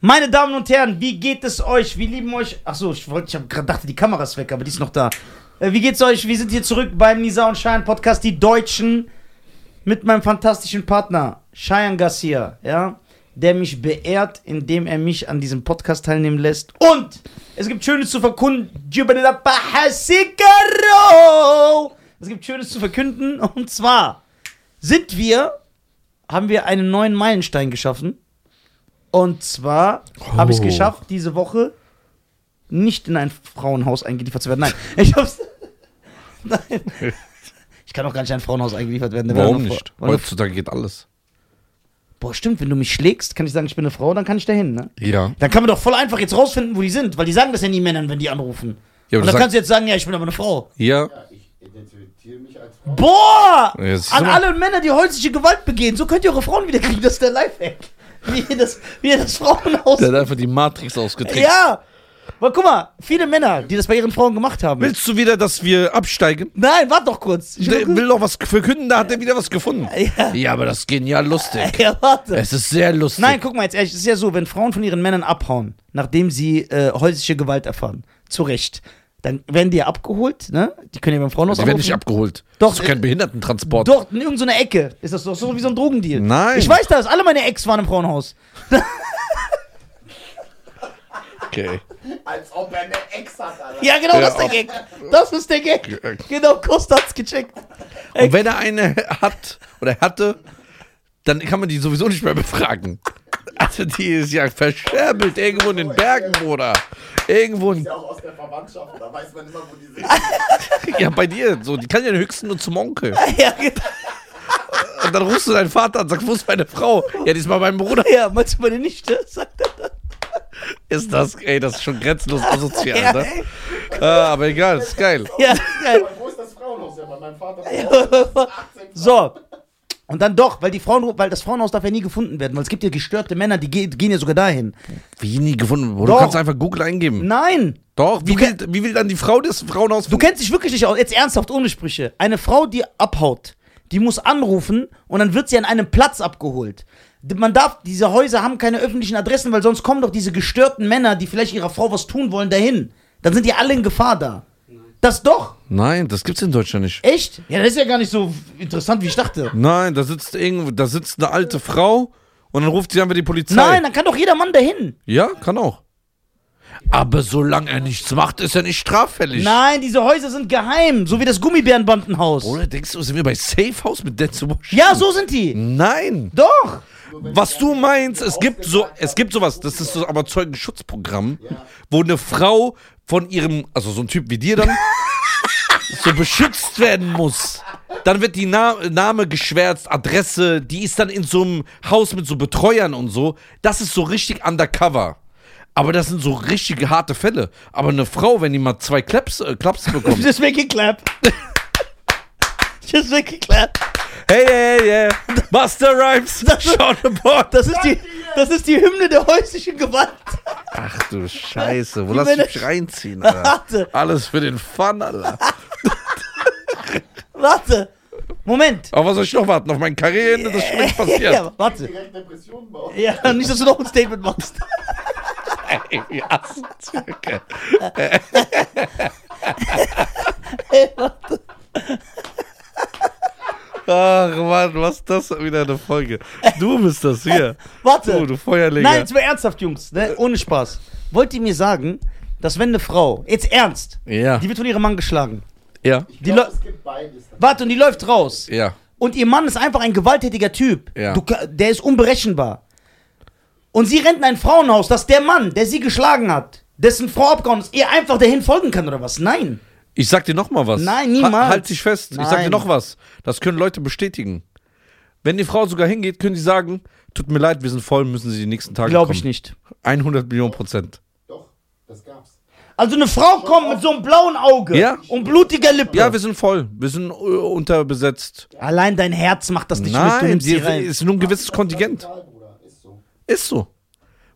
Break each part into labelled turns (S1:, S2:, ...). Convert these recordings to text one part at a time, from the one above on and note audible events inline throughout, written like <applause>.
S1: Meine Damen und Herren, wie geht es euch? Wir lieben euch. Achso, ich wollte, ich hab grad dachte, die Kamera ist weg, aber die ist noch da. Äh, wie geht's euch? Wir sind hier zurück beim Nisa und Schein Podcast, die Deutschen, mit meinem fantastischen Partner, Cheyenne Garcia, ja, der mich beehrt, indem er mich an diesem Podcast teilnehmen lässt. Und es gibt Schönes zu verkunden. Es gibt Schönes zu verkünden, und zwar sind wir, haben wir einen neuen Meilenstein geschaffen. Und zwar habe ich es
S2: Oh.
S1: geschafft, diese Woche nicht in ein Frauenhaus eingeliefert zu werden. Nein, ich hab's. <laughs>
S2: <laughs>
S1: Nein. Ich kann auch gar nicht in ein Frauenhaus eingeliefert werden. Da wäre
S2: Warum
S1: noch-
S2: nicht?
S1: war noch-
S2: Heutzutage geht alles.
S1: Boah, stimmt, wenn du mich schlägst, kann ich sagen, ich bin eine Frau, dann kann ich da hin, ne?
S2: Ja.
S1: Dann kann man doch voll einfach jetzt rausfinden, wo die sind, weil die sagen das ja nie Männern, wenn die anrufen.
S2: Ja, aber
S1: Und dann
S2: das sagt-
S1: kannst du jetzt sagen, ja, ich bin aber eine Frau.
S2: Ja.
S3: Ich identifiziere mich als Frau.
S1: Boah!
S2: Ja, siehst du
S1: An
S2: mal.
S1: alle Männer, die häusliche Gewalt begehen, so könnt ihr eure Frauen wiederkriegen, das ist der Lifehack. Wie ihr das, wie ihr das Frauenhaus.
S2: Der hat einfach die Matrix ausgetrickst.
S1: Ja! Weil guck mal, viele Männer, die das bei ihren Frauen gemacht haben.
S2: Willst du wieder, dass wir absteigen?
S1: Nein, warte doch kurz. Ich
S2: Der will doch was verkünden, da hat er wieder was gefunden.
S1: <laughs> Ja.
S2: aber das ist genial lustig.
S1: ja, warte.
S2: Es ist sehr lustig.
S1: Neck. Nein, guck mal jetzt ehrlich, es ist ja so, wenn Frauen von ihren Männern abhauen, nachdem sie äh, häusliche Gewalt erfahren, zu Recht, dann werden die ja abgeholt, ne? Die können ja beim Frauenhaus
S2: Sie werden nicht
S1: abgeholt.
S2: abgeholt.
S1: Doch.
S2: Das ist doch kein Behindertentransport.
S1: Dort, in irgendeiner Ecke. Ist das doch so wie so ein Drogendeal.
S2: Nein.
S1: Ich weiß das, alle meine Ex waren im Frauenhaus.
S2: Okay.
S3: Als ob er eine Ex hat, Alter.
S1: Ja, genau,
S2: Ja, äh.
S1: das ist der
S2: auch.
S1: Gag. Das ist der Gag.
S2: Gag.
S1: Genau, Costa hat's gecheckt. <laughs>
S2: Und wenn er eine hat oder hatte, dann kann man die sowieso nicht mehr befragen. Also die ist ja verscherbelt irgendwo in den Bergen, Bruder. Irgendwo in,
S3: Ist ja auch aus der Verwandtschaft, da weiß man immer, wo die sind.
S2: ja bei dir, so die kann ja höchstens nur zum Onkel.
S1: Ja, genau.
S2: Und dann rufst du deinen Vater an, sagst, wo ist meine Frau? Ja, die ist bei meinem Bruder.
S1: ja meinst du meine Nichte? <laughs> Sagt er dann.
S2: Ist das, ey, das ist schon grenzenlos asozial,
S1: Ja,
S2: ne?
S1: ey.
S2: Ah, aber egal, ist geil.
S1: ja, <laughs> geil.
S3: Wo ist das Frauenhaus? Ja, bei meinem Vater.
S1: so. Und dann doch, weil die Frauen, weil das Frauenhaus darf ja nie gefunden werden, weil es gibt ja gestörte Männer, die ge- gehen ja sogar dahin.
S2: Wie nie gefunden, Bruder.
S1: Doch.
S2: Du kannst einfach Google eingeben.
S1: Nein!
S2: Doch, wie
S1: Du
S2: will, wie will dann die Frau des Frauenhaus?
S1: Du kennst dich wirklich nicht aus. Jetzt ernsthaft, ohne Sprüche. Eine Frau, die abhaut, die muss anrufen und dann wird sie an einem Platz abgeholt. D- Man darf, diese Häuser haben keine öffentlichen Adressen, weil sonst kommen doch diese gestörten Männer, die vielleicht ihrer Frau was tun wollen, dahin. Dann sind die alle in Gefahr da. Das doch?
S2: Nein, das gibt's in Deutschland nicht.
S1: Echt? Ja, das ist ja gar nicht so interessant, wie ich dachte.
S2: Nein, da sitzt irgendwo, da sitzt eine alte Frau und dann ruft sie einfach die Polizei.
S1: Nein, dann kann doch jeder Mann dahin.
S2: Ja, kann auch. Aber solange er nichts macht, ist er nicht straffällig.
S1: Nein, diese Häuser sind geheim, so wie das Gummibärenbandenhaus.
S2: Oder denkst du, sind wir bei Safe House mit Denzel Washington?
S1: Ja, so sind die.
S2: Hm. Nein.
S1: Doch.
S2: Was du meinst, es gibt so, es gibt sowas, das ist so aber Zeugenschutzprogramm, wo eine Frau von ihrem, also so ein Typ wie dir dann,
S1: <laughs>
S2: so beschützt werden muss. Dann wird die Na Name geschwärzt, Adresse, die ist dann in so einem Haus mit so Betreuern und so. Das ist so richtig undercover. Aber das sind so richtige harte Fälle. Aber eine Frau, wenn die mal zwei Klaps, äh, Klaps
S1: <laughs>
S2: bekommt,
S1: Just make it clap. Just make it clap.
S2: hey, hey, hey, Buster Rhymes, Sean the Boy.
S1: Das ist, die, das ist die Hymne der häuslichen Gewalt.
S2: Ach du Scheiße, wo
S1: Die
S2: lass ich
S1: Männer- <laughs>
S2: mich reinziehen, Alter?
S1: Warte.
S2: Alles für den Fun, Alter.
S1: Warte. Moment.
S2: Aber was soll ich noch warten? Auf mein Karriereende, das ist schon nicht passiert.
S1: Ja, warte.
S3: Direkt Depressionen bauen.
S1: Ja, nicht, dass du noch ein Statement machst.
S2: Ey, wie asozial. Ach Mann, was ist das wieder eine Folge? Du bist das hier.
S1: Warte.
S2: Oh, Du, du Feuerleger.
S1: Nein, jetzt mal ernsthaft, Jungs. Ne? Ohne Spaß. Wollt ihr mir sagen, dass wenn eine Frau, jetzt ernst,
S2: Ja.
S1: die wird von ihrem Mann geschlagen.
S2: Ja.
S3: Ich
S1: Die
S3: glaub,
S1: Leu-
S3: es gibt beides.
S1: Warte, und die läuft raus.
S2: Ja.
S1: Und ihr Mann ist einfach ein gewalttätiger Typ.
S2: Ja.
S1: Du, ka- der ist unberechenbar. Und sie rennt in ein Frauenhaus, dass der Mann, der sie geschlagen hat, dessen Frau abgehauen ist, ihr einfach dahin folgen kann oder was? Nein.
S2: Ich sag dir noch mal was.
S1: Nein, niemals.
S2: Ha halt dich fest. Ich sag
S1: Nein.
S2: dir noch was. Das können Leute bestätigen. Wenn die Frau sogar hingeht, können sie sagen, tut mir leid, wir sind voll, müssen sie die nächsten Tage
S1: Glaube
S2: kommen.
S1: ich nicht.
S2: 100 Millionen Prozent.
S3: Doch, das gab's.
S1: Also eine Frau kommt mit so einem blauen Auge
S2: Ja.
S1: und blutiger Lippe.
S2: Ja, wir sind voll. Wir sind äh, unterbesetzt.
S1: Allein dein Herz macht das nicht mit. Du
S2: Nein,
S1: nimmst
S2: die,
S1: sie rein.
S2: ist nur ein gewisses Kontingent.
S3: Total, Bruder, ist so.
S2: Ist so.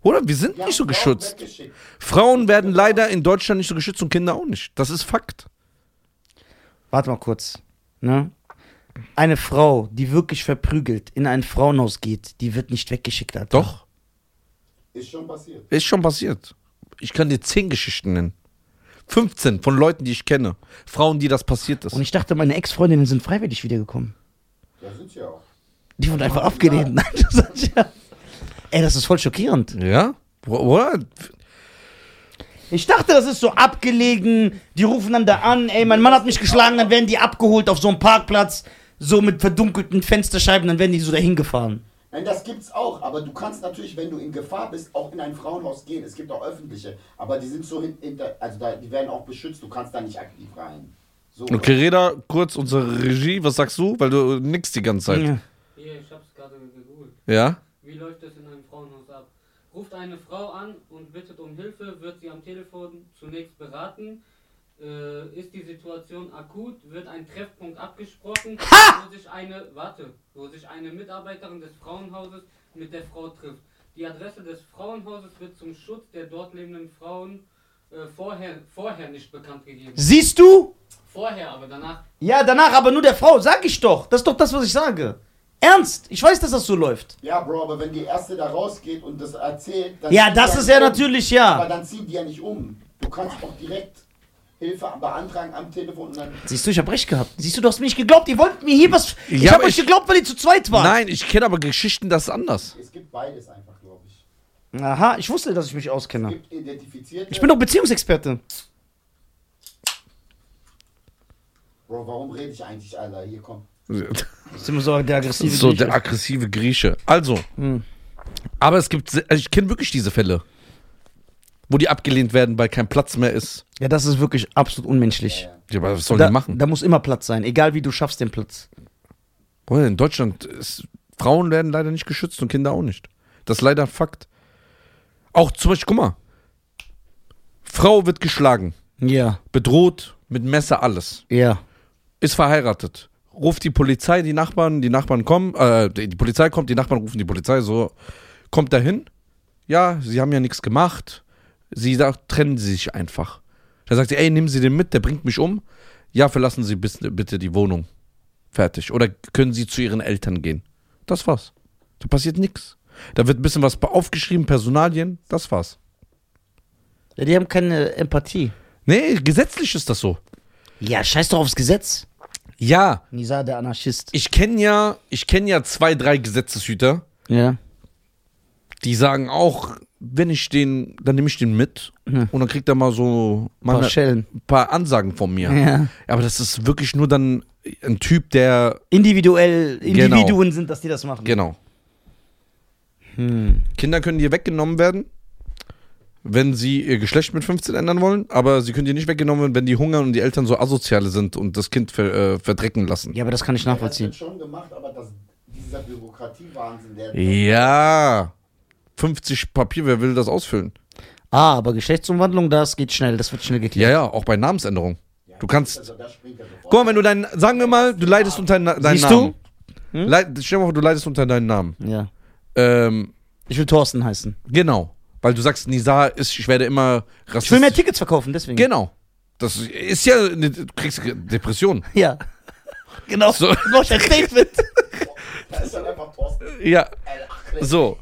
S2: Oder? Wir sind nicht so
S3: Frauen
S2: geschützt.
S3: weggeschickt.
S2: Frauen werden leider in Deutschland nicht so geschützt und Kinder auch nicht. Das ist Fakt.
S1: Warte mal kurz. Ne? Eine Frau, die wirklich verprügelt in ein Frauenhaus geht, die wird nicht weggeschickt, Alter.
S2: Doch.
S3: Ist schon passiert.
S2: Ist schon passiert. Ich kann dir 10 Geschichten nennen. 15 von Leuten, die ich kenne. Frauen, die das passiert ist.
S1: Und ich dachte, meine Ex-Freundinnen sind freiwillig wiedergekommen.
S3: Da sind sie auch.
S1: Die wurden einfach abgelehnt. <laughs> Nein, das ist ja- Ey, das ist voll schockierend.
S2: ja? Oder?
S1: Ich dachte, das ist so abgelegen. Die rufen dann da an. Ey, mein Mann hat mich geschlagen. Dann werden die abgeholt auf so einem Parkplatz. So mit verdunkelten Fensterscheiben. Dann werden die so dahin gefahren.
S3: Nein, das gibt's auch, aber du kannst natürlich, wenn du in Gefahr bist, auch in ein Frauenhaus gehen. Es gibt auch öffentliche, aber die sind so hin- hinter, also da, die werden auch beschützt, du kannst da nicht aktiv rein. So.
S2: Okay, Reda, kurz unsere Regie. Was sagst du? Weil du nix die ganze Zeit.
S1: Ja.
S4: Hier, ich hab's gerade gegoogelt.
S2: Ja?
S4: Wie läuft es in einem Frauenhaus ab? Ruft eine Frau an und bittet um Hilfe, wird sie am Telefon zunächst beraten. Äh, ist die Situation akut, wird ein Treffpunkt abgesprochen, wo sich eine, warte, wo sich eine Mitarbeiterin des Frauenhauses mit der Frau trifft. Die Adresse des Frauenhauses wird zum Schutz der dort lebenden Frauen äh, vorher, vorher nicht bekannt gegeben.
S1: Siehst du?
S4: Vorher, aber danach
S1: Ja, danach aber nur der Frau. Sag ich doch. Das ist doch das, was ich sage. Ernst. Ich weiß, dass das so läuft.
S3: Ja, Bro, aber wenn die erste da rausgeht und das erzählt, dann
S1: Ja,
S3: ziehen die
S1: das
S3: ja
S1: ist
S3: nicht
S1: ja
S3: um.
S1: natürlich, ja.
S3: Aber dann ziehen die ja nicht um. Du kannst auch direkt Hilfe beantragen am Telefon und dann.
S1: Siehst du, ich hab recht gehabt. Siehst du, du hast mich geglaubt. Ihr wollt mir hier was. Ich
S2: Ja,
S1: hab
S2: aber
S1: euch
S2: ich-
S1: geglaubt, weil ihr zu zweit wart.
S2: Nein, ich kenne aber Geschichten, das ist anders. <laughs>
S3: Es gibt beides einfach, glaube ich.
S1: Aha, ich wusste, dass ich mich
S3: Es
S1: auskenne.
S3: gibt identifizierte.
S1: Ich bin doch Beziehungsexperte.
S3: Bro, warum rede ich eigentlich, Alter? Hier komm.
S1: Das ist immer so der aggressive.
S2: So
S1: Grieche. Hm.
S2: der aggressive Grieche. Also, aber es gibt, se- also ich kenne wirklich diese Fälle, wo die abgelehnt werden, weil kein Platz mehr ist.
S1: ja, das ist wirklich absolut unmenschlich.
S3: Ja, ja.
S2: Ja, aber was sollen
S1: Da,
S2: die machen?
S1: da muss immer Platz sein, egal wie du schaffst den Platz.
S2: Boah, in Deutschland ist, Frauen werden leider nicht geschützt und Kinder auch nicht. Das ist leider ein Fakt. Auch zum Beispiel, guck mal, Frau wird geschlagen,
S1: Ja,
S2: bedroht, mit Messer alles,
S1: ja.
S2: ist verheiratet, ruft die Polizei, die Nachbarn, die Nachbarn kommen, äh, die die Polizei kommt, die Nachbarn rufen die Polizei, so, kommt dahin, ja, sie haben ja nichts gemacht, sie sagt, trennen sie sich einfach. Dann sagt sie, ey, nehmen Sie den mit, der bringt mich um, ja, verlassen Sie bis- bitte die Wohnung. Fertig. Oder können sie zu ihren Eltern gehen. Das war's. Da passiert nichts. Da wird ein bisschen was aufgeschrieben, Personalien, das war's.
S1: ja. Die haben keine Empathie.
S2: Nee, gesetzlich ist das so.
S1: Ja, scheiß doch aufs Gesetz.
S2: Ja,
S1: Nisa, der Anarchist.
S2: ich kenne ja, ich kenne ja zwei, drei Gesetzeshüter,
S1: Ja.
S2: die sagen auch, wenn ich den, dann nehme ich den mit und dann kriegt er mal so mal
S1: Paar Schellen.
S2: ein paar Ansagen von mir.
S1: Ja.
S2: Aber das ist wirklich nur dann ein Typ, der
S1: Individuell,
S2: Genau.
S1: Individuen sind, dass die das machen.
S2: Genau.
S1: Hm.
S2: Kinder können dir weggenommen werden, wenn sie ihr Geschlecht mit 15 ändern wollen, aber sie können dir nicht weggenommen werden, wenn die hungern und die Eltern so asoziale sind und das Kind ver, äh, verdrecken lassen.
S1: Ja, aber das kann ich
S3: Das wird
S1: nachvollziehen.
S3: schon gemacht, aber das, dieser Bürokratiewahnsinn, der.
S2: Ja. 50 Papier, wer will das ausfüllen?
S1: Ah, aber Geschlechtsumwandlung, das geht schnell, das wird schnell geklärt.
S2: Ja, ja, auch bei Namensänderung. Du kannst.
S3: Also, da springt er sofort.
S2: Guck mal, wenn du deinen, sagen wir mal, du leidest unter deinen deinen
S1: Siehst
S2: Namen. Hm? Leid, stell dir mal vor, du leidest unter deinen Namen.
S1: Ja.
S2: Ähm,
S1: Ich will Thorsten heißen.
S2: genau. Weil du sagst, Nisa ist, ich werde immer rassistisch.
S1: Ich will mehr Tickets verkaufen, deswegen.
S2: Genau. Das ist ja, eine, du kriegst Depression.
S1: Ja. <laughs> Genau. <laughs>
S2: So.
S1: Ich brauch ein Statement.
S3: Da ist dann einfach Thorsten.
S2: Ja,
S3: Alter, ach, nee.
S2: so.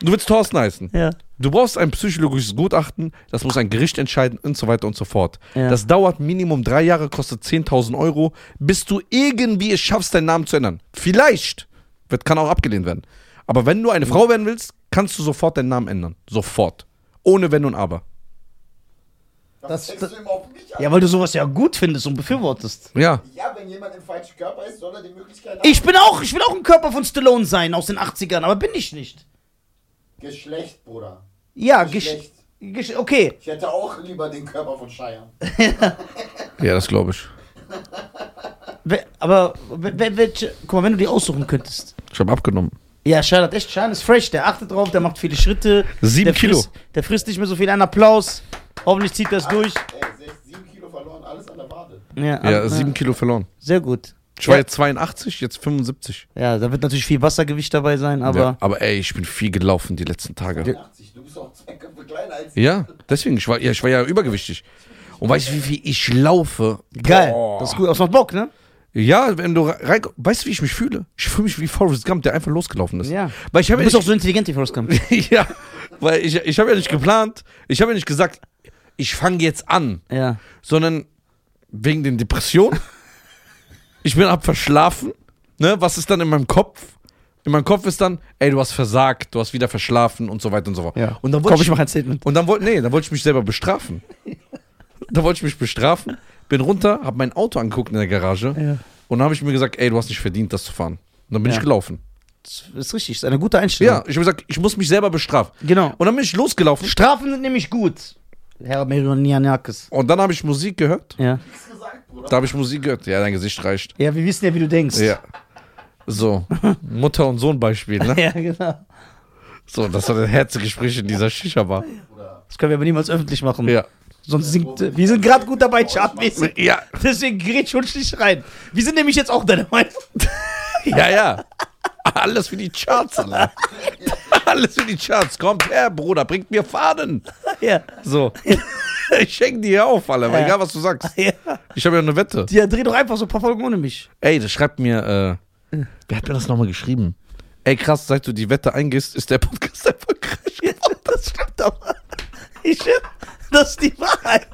S2: Du willst Thorsten heißen.
S1: ja.
S2: Du brauchst ein psychologisches Gutachten, das muss ein Gericht entscheiden und so weiter und so fort.
S1: Ja.
S2: Das dauert Minimum drei Jahre, kostet 10.000 Euro, bis du irgendwie es schaffst, deinen Namen zu ändern. Vielleicht, wird, kann auch abgelehnt werden. Aber wenn du eine Frau werden willst, kannst du sofort deinen Namen ändern. Sofort. Ohne Wenn und Aber.
S1: Das-
S3: Das, das, du immer auf mich an.
S1: Ja, weil du sowas ja gut findest und befürwortest.
S2: Ja.
S3: Ja, wenn jemand im falschen Körper ist, soll er die Möglichkeit haben.
S1: Ich bin auch, ich will auch ein Körper von Stallone sein aus den 80ern, aber bin ich nicht.
S3: Geschlecht, Bruder.
S1: Ja, Gesch
S3: Geschlecht.
S1: Gesch okay.
S3: Ich hätte auch lieber den Körper von Shire.
S2: Ja, das glaube ich.
S1: We- Aber we- we- welche, guck mal, wenn du die aussuchen könntest.
S2: Ich habe abgenommen.
S1: Ja, Schein hat echt, Schein ist fresh, der achtet drauf, der macht viele Schritte.
S2: Sieben
S1: der
S2: Kilo.
S1: Frisst, der frisst nicht mehr so viel, ein Applaus. Hoffentlich zieht das durch.
S3: Ey, 6, 7 Kilo verloren, alles an der Wade.
S1: Ja,
S2: Ja,
S1: ah,
S2: sieben Kilo verloren.
S1: Sehr gut.
S2: Ich war jetzt 82, jetzt 75.
S1: Ja, da wird natürlich viel Wassergewicht dabei sein, aber.
S2: ja, aber ey, ich bin viel gelaufen die letzten Tage.
S3: 80, du bist auch zwei Köpfe kleiner als ich.
S2: Ja, deswegen, ich war ja, ich war ja übergewichtig. Und weißt du, wie viel ich laufe?
S1: Geil,
S2: Boah.
S1: das ist gut, das macht Bock, ne?
S2: Ja, wenn du rein, weißt du, wie ich mich fühle? Ich fühle mich wie Forrest Gump, der einfach losgelaufen ist.
S1: Ja.
S2: Weil ich
S1: Du
S2: habe <laughs>
S1: bist auch so intelligent, wie Forrest Gump.
S2: ja, Weil ich, ich habe ja nicht geplant, ich habe ja nicht gesagt, ich fange jetzt an,
S1: Ja.
S2: sondern wegen
S1: <laughs>
S2: den Depressionen. Ich bin ab verschlafen. Ne? Was ist dann in meinem Kopf? In meinem Kopf ist dann, ey, du hast versagt, du hast wieder verschlafen und so weiter und so fort. Und dann wollte
S1: Komm, ich
S2: ich,
S1: mache ein Statement.
S2: und dann wollte, nee, dann wollte ich mich
S1: <laughs>
S2: selber bestrafen. da wollte ich mich bestrafen, bin runter, habe mein Auto angeguckt in der Garage
S1: Ja.
S2: und dann habe ich mir gesagt, ey, du hast nicht verdient, das zu fahren. Und dann bin
S1: Ja.
S2: ich gelaufen.
S1: Das ist richtig, das ist eine gute Einstellung.
S2: Ja, ich habe gesagt, ich muss mich selber bestrafen.
S1: Genau.
S2: Und dann bin ich losgelaufen
S1: Strafen sind nämlich gut. Herr Meronianakis.
S2: und dann habe ich Musik gehört.
S1: Ja.
S3: Nichts gesagt, Bruder.
S2: Da habe ich Musik gehört. Ja, dein Gesicht reicht.
S1: Ja, wir wissen ja, wie du denkst.
S2: Ja. So, <laughs> Mutter- und
S1: <laughs>
S2: Sohn-Beispiel, ne?
S1: <laughs> Ja, genau.
S2: So, das war das Herzgespräch in dieser Shisha-Bar.
S1: Das können wir aber niemals öffentlich machen.
S2: Ja.
S1: Sonst singt. Wir sind gerade gut dabei, chartmäßig.
S2: Ja,
S1: <laughs> Deswegen grätsch uns nicht rein. Wir sind nämlich jetzt auch deiner Meinung.
S2: ja, ja. Alles für die
S1: <laughs>
S2: Charts, Alter. Alles für die Charts. Kommt her, Bruder, bringt mir Faden.
S1: <laughs> Ja. <laughs>
S2: So. Ich schenke dir auf, Alter, weil
S1: Ja.
S2: egal was du sagst.
S1: ja.
S2: Ich habe ja eine Wette.
S1: Ja, dreh doch einfach so ein paar Folgen ohne mich.
S2: Ey, das schreibt mir, äh, wer hat mir das nochmal geschrieben? Ey, krass, seit du die Wette eingehst, ist der Podcast erfolgreich.
S1: Ja, <laughs> das stimmt aber. <laughs> Ich, das ist die Wahrheit.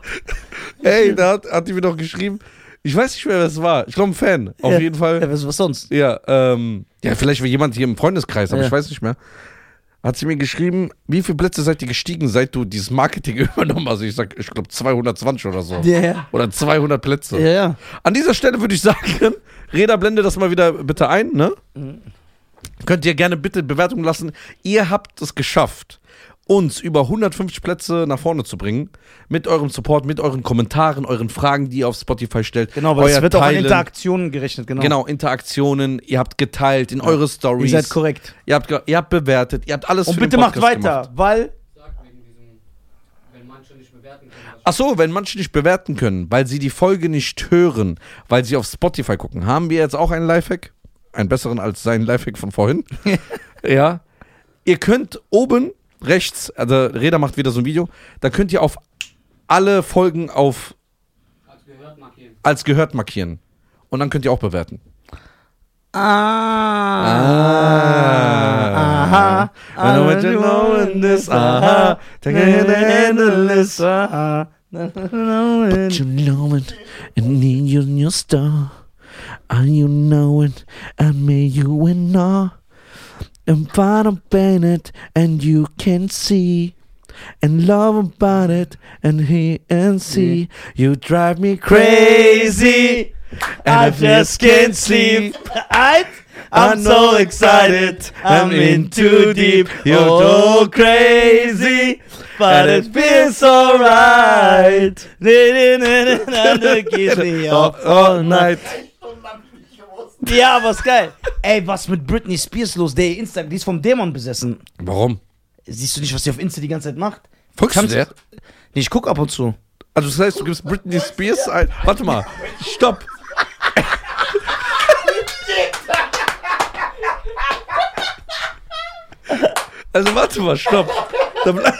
S2: Ey, da hat, hat die mir doch geschrieben. Ich weiß nicht mehr, wer es war. Ich glaube, ein Fan. Auf
S1: ja.
S2: jeden
S1: Ja,
S2: Fall.
S1: was, was sonst?
S2: Ja, ähm, ja, vielleicht war jemand hier im Freundeskreis, aber
S1: Ja.
S2: ich weiß nicht mehr. Hat sie mir geschrieben, wie viele Plätze seid ihr gestiegen, seit du dieses Marketing <laughs> übernommen hast? Ich sag, ich glaube 220 oder so.
S1: Ja, ja.
S2: Oder 200 Plätze.
S1: Ja, ja.
S2: An dieser Stelle würde ich sagen, <laughs> Reda, blende das mal wieder bitte ein, ne?
S1: Mhm.
S2: Könnt ihr gerne bitte Bewertung lassen. Ihr habt es geschafft, uns über 150 Plätze nach vorne zu bringen. Mit eurem Support, mit euren Kommentaren, euren Fragen, die ihr auf Spotify stellt.
S1: Genau, aber es
S2: Euer
S1: wird auch an
S2: Teilen.
S1: Interaktionen gerechnet, genau.
S2: Genau, Interaktionen. Ihr habt geteilt in eure Stories.
S1: Ihr seid korrekt.
S2: Ihr habt, ge- ihr habt bewertet. Ihr habt alles
S1: Und
S2: für den
S1: bitte macht
S2: Podcast
S1: weiter,
S2: Gemacht.
S1: weil.
S4: Sagt wegen diesem, wenn manche nicht bewerten können.
S2: Ach so, wenn manche nicht bewerten können, weil sie die Folge nicht hören, weil sie auf Spotify gucken, haben wir jetzt auch einen Lifehack? Einen besseren als seinen Lifehack von
S1: <laughs>
S2: vorhin. ja. Ihr könnt oben rechts, also Reda macht wieder so ein Video, da könnt ihr auf alle Folgen auf
S4: Als gehört markieren.
S2: als gehört markieren. Und dann könnt ihr auch bewerten.
S1: Ah.
S2: Aha. Uh-huh. I know what you know in this. Aha. Take a hit and handle this.
S1: Aha.
S2: But you know it, and need you your star. And you know it, and may you win all. And find about it, and you can see. And love about it, and hear and see. You drive me crazy,
S1: Crazy.
S2: and I just can't sleep.
S1: I,
S2: I'm so excited, I'm in too deep. You're so
S1: crazy, but
S2: it
S1: feels alright.
S2: <laughs>
S1: Du gehst nicht
S2: All,
S1: auf.
S2: all night.
S3: Und dann bin ich gewusst.
S1: Ja, aber ist geil. Ey, was mit Britney Spears los? Der Insta, die ist vom Dämon besessen.
S2: Warum?
S1: Siehst du nicht, was sie auf Insta die ganze Zeit macht?
S2: Folgst
S1: Kannst- Nee, ich guck ab und zu.
S2: Also das heißt, du gibst Britney Spears ein. Warte mal, stopp. Also warte mal, stopp. Da, ble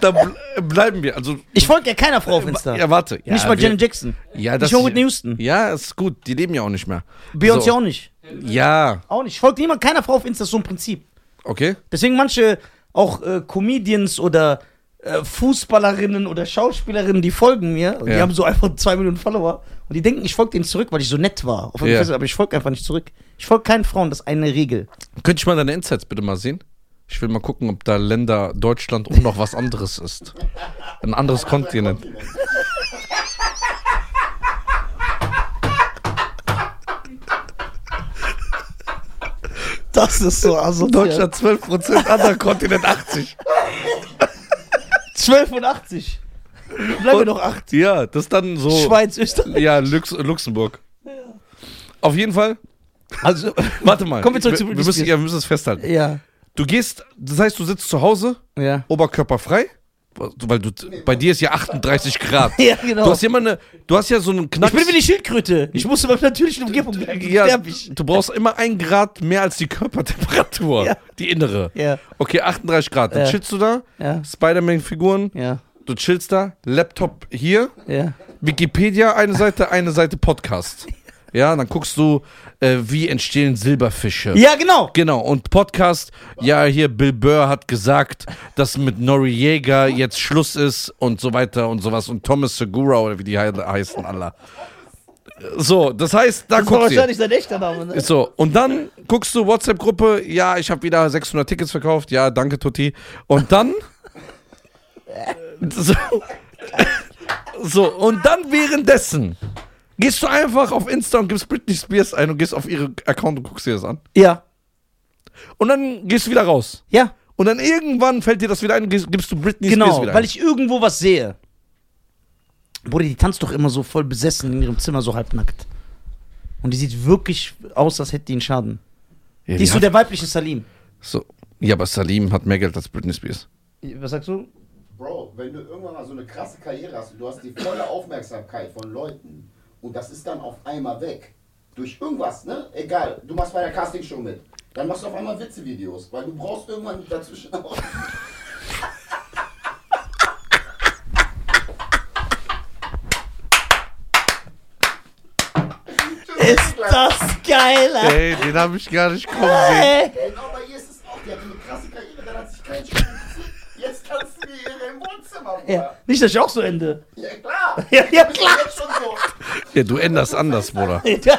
S2: da ble bleiben wir. Also
S1: Ich folge ja keiner Frau auf Insta.
S2: ja, warte. Ja,
S1: nicht mal
S2: wir-
S1: Janet Jackson.
S2: Ja,
S1: nicht mal Whitney Houston.
S2: Ja, ist gut. Die leben ja auch nicht mehr.
S1: Beyoncé
S2: So.
S1: auch nicht.
S2: Ja,
S1: Auch nicht. Folgt niemand keiner Frau auf Insta, das ist so ein Prinzip.
S2: okay.
S1: Deswegen manche auch äh, Comedians oder äh, Fußballerinnen oder Schauspielerinnen, die folgen mir, und die
S2: Ja.
S1: haben so einfach zwei Millionen Follower und die denken, ich folge denen zurück, weil ich so nett war. Auf
S2: Ja.
S1: yeah. Aber ich folge einfach nicht zurück. Ich folge keinen Frauen, das ist eine Regel.
S2: Könnte ich mal deine Insights bitte mal sehen? Ich will mal gucken, ob da Länder Deutschland und noch was anderes ist. Ein anderes Kontinent.
S1: Das ist so asozial.
S2: Deutschland <laughs> 12%, anderer Kontinent 80.
S1: 12 und 80. Bleiben wir noch 8.
S2: Ja, das ist dann so.
S1: Schweiz, Österreich.
S2: Ja, Lux Luxemburg. Auf jeden Fall. Also, warte mal.
S1: Kommen wir zurück zu Britney
S2: wir müssen,
S1: Spears.
S2: ja, wir müssen es festhalten.
S1: Ja.
S2: Du gehst, das heißt, du sitzt zu Hause,
S1: Ja.
S2: oberkörperfrei, weil du, bei dir ist ja 38 Grad.
S1: Ja, genau.
S2: Du hast ja immer eine, du hast ja so einen
S1: Ich
S2: Knacks.
S1: bin wie die Schildkröte. Ich muss in meiner natürlichen Umgebung bleiben. sonst
S2: ja,
S1: sterb ich.
S2: du brauchst immer einen Grad mehr als die Körpertemperatur,
S1: Ja.
S2: die innere.
S1: Ja.
S2: Okay, 38 Grad. Dann
S1: Ja.
S2: chillst du da,
S1: Ja.
S2: Spider-Man-Figuren,
S1: Ja.
S2: du chillst da, Laptop hier,
S1: Ja.
S2: Wikipedia eine Seite, eine Seite Podcast. Ja, dann guckst du, äh, wie entstehen Silberfische.
S1: Ja, genau.
S2: Genau, und Podcast, ja, hier Bill Burr hat gesagt, dass mit Noriega jetzt Schluss ist und so weiter und sowas und Thomas Segura oder wie die hei- heißen alle. So, das heißt, da
S1: Das war
S2: guckst du.
S1: wahrscheinlich sein echter Name. Ne?
S2: So, und dann guckst du WhatsApp-Gruppe, ja, ich habe wieder 600 Tickets verkauft, ja, danke Tutti. Und dann <laughs> so, so, und dann währenddessen gehst du einfach auf Insta und gibst Britney Spears ein und gehst auf ihre Account und guckst dir das an.
S1: Ja,
S2: Und dann gehst du wieder raus.
S1: ja,
S2: Und dann irgendwann fällt dir das wieder ein und gibst- gibst du Britney Spears
S1: genau,
S2: wieder
S1: weil
S2: ein.
S1: ich irgendwo was sehe. Bruder, die tanzt doch immer so voll besessen in ihrem Zimmer, so halbnackt. Und die sieht wirklich aus, als hätte die einen Schaden.
S2: Ja,
S1: Die ist so
S2: hat,
S1: der weibliche Salim.
S2: so, ja, aber Salim hat mehr Geld als Britney Spears.
S1: Was sagst du?
S3: Bro, wenn du irgendwann mal so eine krasse Karriere hast und du hast die volle Aufmerksamkeit von Leuten und das ist dann auf einmal weg. Durch irgendwas, ne? Egal. Du machst bei der Castingshow mit. Dann machst du auf einmal Witzevideos, weil du brauchst irgendwann dazwischen auch.
S1: Ist das geil, Alter.
S2: Ey, den habe ich gar nicht kommen sehen.
S3: Genau bei ihr ist es auch. Die hat eine krasse Karriere, dann hat sich kein Schuh interessiert. Jetzt kannst du die im Wohnzimmer, Bruder.
S1: Ja. Nicht, dass ich auch so ende. <laughs>
S3: Ja, klar.
S1: Ja, ja,
S3: Ich bin
S1: klar.
S3: Jetzt schon so.
S2: Ja, du änderst anders, <laughs> Bruder.
S1: Ja.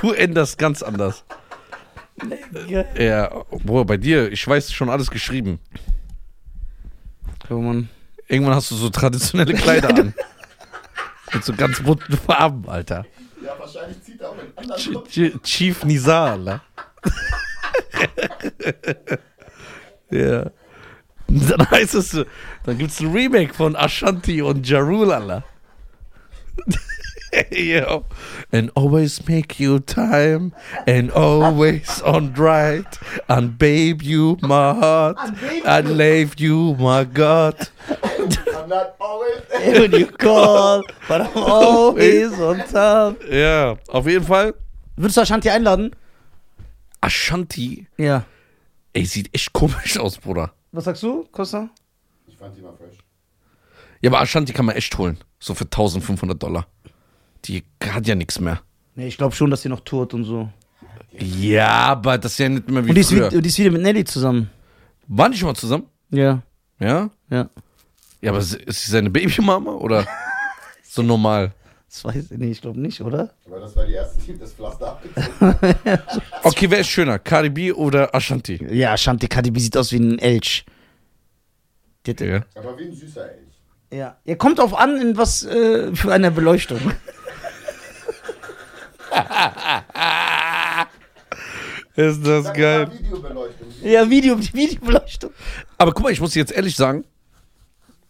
S2: Du änderst ganz anders. Ja, Bruder, bei dir, ich weiß schon alles geschrieben.
S1: Oh Mann.
S2: Irgendwann hast du so traditionelle
S1: <laughs>
S2: Kleider an. Mit so ganz bunten Farben, Alter.
S3: Ja, wahrscheinlich zieht er auch einen anderen
S2: Ch-
S3: Kopf.
S2: Ch- Chief ne? Nizar, Alter. <laughs> ja. Und Dann heißt es, so, dann gibt's ein Remake von Ashanti und Jarul, Alter. <laughs> Yo. And always make you time and always on right and babe you my heart and leave you my God.
S3: I'm not always.
S1: When you call, but I'm always on top.
S2: Ja, auf jeden Fall.
S1: Würdest du Ashanti einladen?
S2: Ashanti,
S1: Ja.
S2: ey, sieht echt komisch aus, Bruder.
S1: Was sagst du, Costa?
S3: Ich fand die mal fresh.
S2: Ja, aber Ashanti kann man echt holen. So für 1500 Dollar. Die hat ja nichts mehr.
S1: Nee, ich glaube schon, dass sie noch tourt und so.
S2: Ja, aber das ist ja nicht mehr wie
S1: Und die ist,
S2: früher.
S1: wieder, die ist wieder mit Nelly zusammen.
S2: Waren die schon mal zusammen?
S1: Ja,
S2: Ja?
S1: ja.
S2: Ja, aber ist ist sie seine Babymama
S1: <laughs>
S2: oder so normal?
S1: Das weiß ich nicht, ich glaube nicht, oder?
S3: Aber das war die erste Team, das Pflaster abgezogen
S2: Okay, wer ist schöner? Karibi oder Ashanti?
S1: Ja, Ashanti KDB sieht aus wie ein Elch. Die hat-
S2: Ja.
S3: Aber wie ein süßer Elch.
S1: ja. ja, kommt auf an, in was äh, für eine Beleuchtung.
S2: Ist das
S3: Sag mal Videobeleuchtung.
S1: <laughs> ja, Video, Videobeleuchtung.
S2: Aber guck mal, ich muss dir jetzt ehrlich sagen,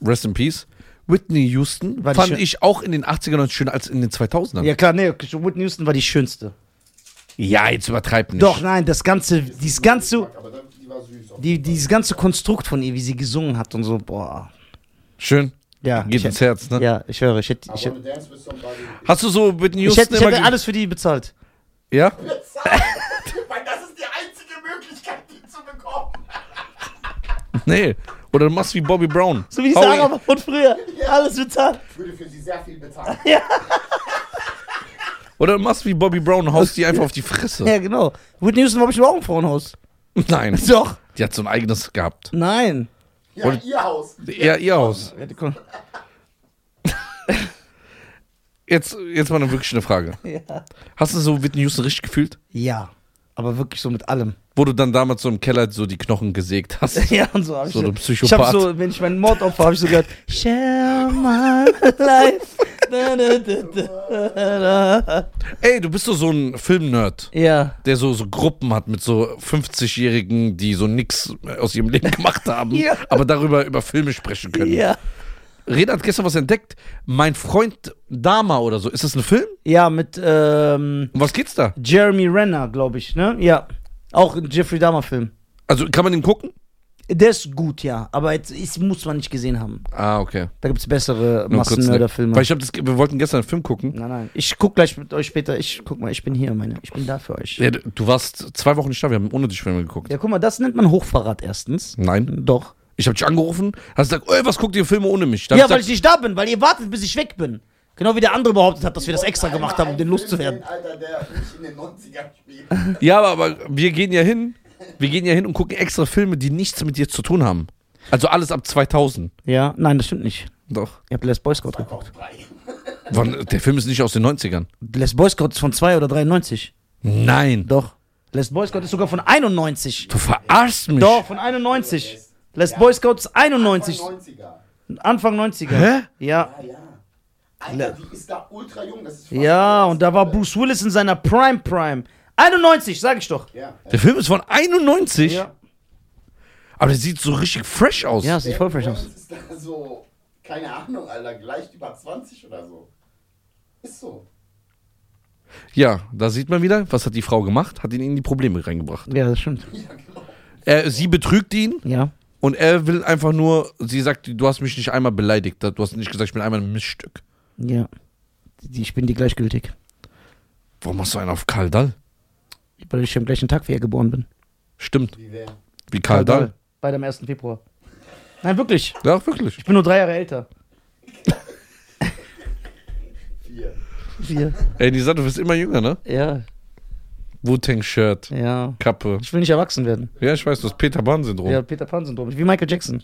S2: rest in peace, Whitney Houston
S1: War die
S2: fand
S1: schön-
S2: ich auch in den 80ern schöner als in den 2000ern.
S1: Ja, klar, nee, Whitney Houston war die schönste.
S2: Ja, jetzt übertreib nicht.
S1: Doch, nein, das ganze, dieses ganze,
S3: Aber dann, die war süß. auf
S1: die,
S3: jeden Fall.
S1: dieses ganze Konstrukt von ihr, wie sie gesungen hat und so, boah.
S2: Schön.
S1: Ja,
S2: Geht
S1: ich,
S2: ins Herz, ne?
S1: ja ich höre, ich hätte,
S3: I
S1: ich hätte,
S3: wanna dance with
S1: <laughs>
S3: somebody.
S2: Hast du so Whitney
S1: ich
S2: Houston
S1: hätte, ich
S2: immer
S1: hätte
S2: ge-
S1: alles für die bezahlt.
S2: Ja?
S3: Weil das ist die einzige Möglichkeit, die zu bekommen.
S2: Nee. Oder du machst wie Bobby Brown.
S1: So wie die
S2: Hau ihn.
S1: Sarah von früher. Alles bezahlt.
S3: Ich würde für sie sehr viel bezahlen.
S2: Oder du machst wie Bobby Brown, haust die einfach auf die Fresse.
S1: Ja, genau. Whitney Houston war bestimmt auch im Frauenhaus.
S2: <laughs> Nein.
S1: Doch.
S2: Die hat so ein eigenes gehabt.
S1: Nein.
S3: Ja, ihr Haus.
S2: Ja, ihr Haus.
S1: Ja, die kon-
S2: Jetzt, jetzt mal eine wirklich eine Frage.
S1: Ja.
S2: Hast du so Whitney Houston richtig gefühlt?
S1: ja, aber wirklich so mit allem. <laughs>
S2: Wo du dann damals so im Keller so die Knochen gesägt hast.
S1: Ja, und so hab ich
S2: So ein
S1: Ich
S2: Psychopath.
S1: hab so, wenn ich meinen Mordopfer habe ich so
S2: <laughs>
S1: gehört, share my life. Da, da, da, da, da.
S2: Ey, du bist doch so ein Filmnerd,
S1: Ja.
S2: der so, so Gruppen hat mit so 50-Jährigen, die so nix aus ihrem Leben gemacht haben,
S1: <laughs> Ja.
S2: aber darüber über Filme sprechen können.
S1: Ja.
S2: Reda hat gestern was entdeckt. Mein Freund Dama oder so. Ist das ein Film?
S1: Ja, mit ähm,
S2: Um was geht's da?
S1: Jeremy Renner, glaube ich, ne? Ja. Auch ein Jeffrey Dahmer-Film.
S2: Also kann man den gucken?
S1: Der ist gut, ja, aber jetzt ist, muss man nicht gesehen haben.
S2: Ah, okay.
S1: Da gibt's bessere
S2: Nur kurz, ne?
S1: Massenmörderfilme.
S2: Weil ich hab das, ge- wir wollten gestern einen Film gucken.
S1: Nein, nein. Ich guck gleich mit euch später. Ich guck mal, ich bin hier, meine. Ich bin da für euch. Ja,
S2: Ja, du du warst zwei Wochen nicht da, wir haben ohne dich Filme geguckt.
S1: guck mal, das nennt man Hochverrat erstens.
S2: Nein.
S1: Doch.
S2: Ich habe dich angerufen, hast gesagt, ey, was guckt ihr Filme ohne mich? Dann
S1: ja,
S2: hab
S1: weil
S2: ich
S1: ich
S2: gesagt,
S1: nicht da bin, weil ihr wartet, bis ich weg bin. Genau wie der andere behauptet hat, dass wir das
S3: wollten
S1: extra
S3: einmal
S1: gemacht haben, um
S3: einen
S1: den
S3: Film
S1: loszuwerden.
S3: sehen, Alter, der nicht in den 90ern
S1: <laughs>
S3: spielt.
S2: Ja, aber, aber wir gehen ja hin. Wir gehen ja hin und gucken extra Filme, die nichts mit dir zu tun haben. Also alles ab 2000.
S1: Ja, nein, das stimmt nicht.
S2: Doch.
S1: Ihr habt Les Boy Scout geguckt.
S3: Auf drei.
S2: Wann, der Film ist nicht aus den 90ern.
S1: Les Boy Scout ist von 2 oder 93.
S2: Nein.
S1: Doch. Les Boy Scout ist sogar von 91.
S2: Du verarschst mich.
S1: Doch, von 91. Les Boy Scout ist
S3: Anfang
S1: 91.
S3: 90er.
S1: Anfang 90er.
S2: Hä?
S1: Ja.
S3: Ah ja. Alter, die ist da ultra jung. Das ist fast
S1: Ja,
S3: alles.
S1: und da war Bruce Willis in seiner Prime Prime. 91, sag ich doch.
S3: Ja,
S2: Der Film ist von 91,
S1: Ja,
S2: aber der sieht so richtig fresh aus.
S1: ja sieht voll fresh
S3: Fresh
S1: aus.
S3: ist da so, keine Ahnung, Alter, gleich über 20 oder so. Ist so.
S2: Ja, da sieht man wieder, was hat die Frau gemacht? Hat ihn in die Probleme reingebracht.
S1: Ja, das stimmt.
S3: Ja, genau.
S2: Er, sie betrügt ihn
S1: Ja.
S2: und er will einfach nur, sie sagt, du hast mich nicht einmal beleidigt. Du hast nicht gesagt, ich bin einmal ein Missstück.
S1: Ja. Die- Ich bin die gleichgültig.
S2: Warum machst du einen auf Karl Dall?
S1: Weil ich am gleichen Tag wie er geboren bin.
S2: Stimmt,
S3: Wie wär?
S2: wie Karl Dall.
S1: Beide am 1. Februar. Nein, wirklich.
S2: Ja, wirklich.
S1: Ich bin nur drei Jahre älter.
S3: Vier.
S1: Vier.
S2: Ey, Nisa, du bist immer jünger, ne?
S1: Ja,
S2: Wu-Tang-Shirt,
S1: ja.
S2: Kappe.
S1: Ich will nicht erwachsen werden.
S2: Ja, ich weiß, du hast Peter Bahn-Syndrom.
S1: Ja,
S2: Ja.
S1: Peter Pan-Syndrom. Wie Michael Jackson.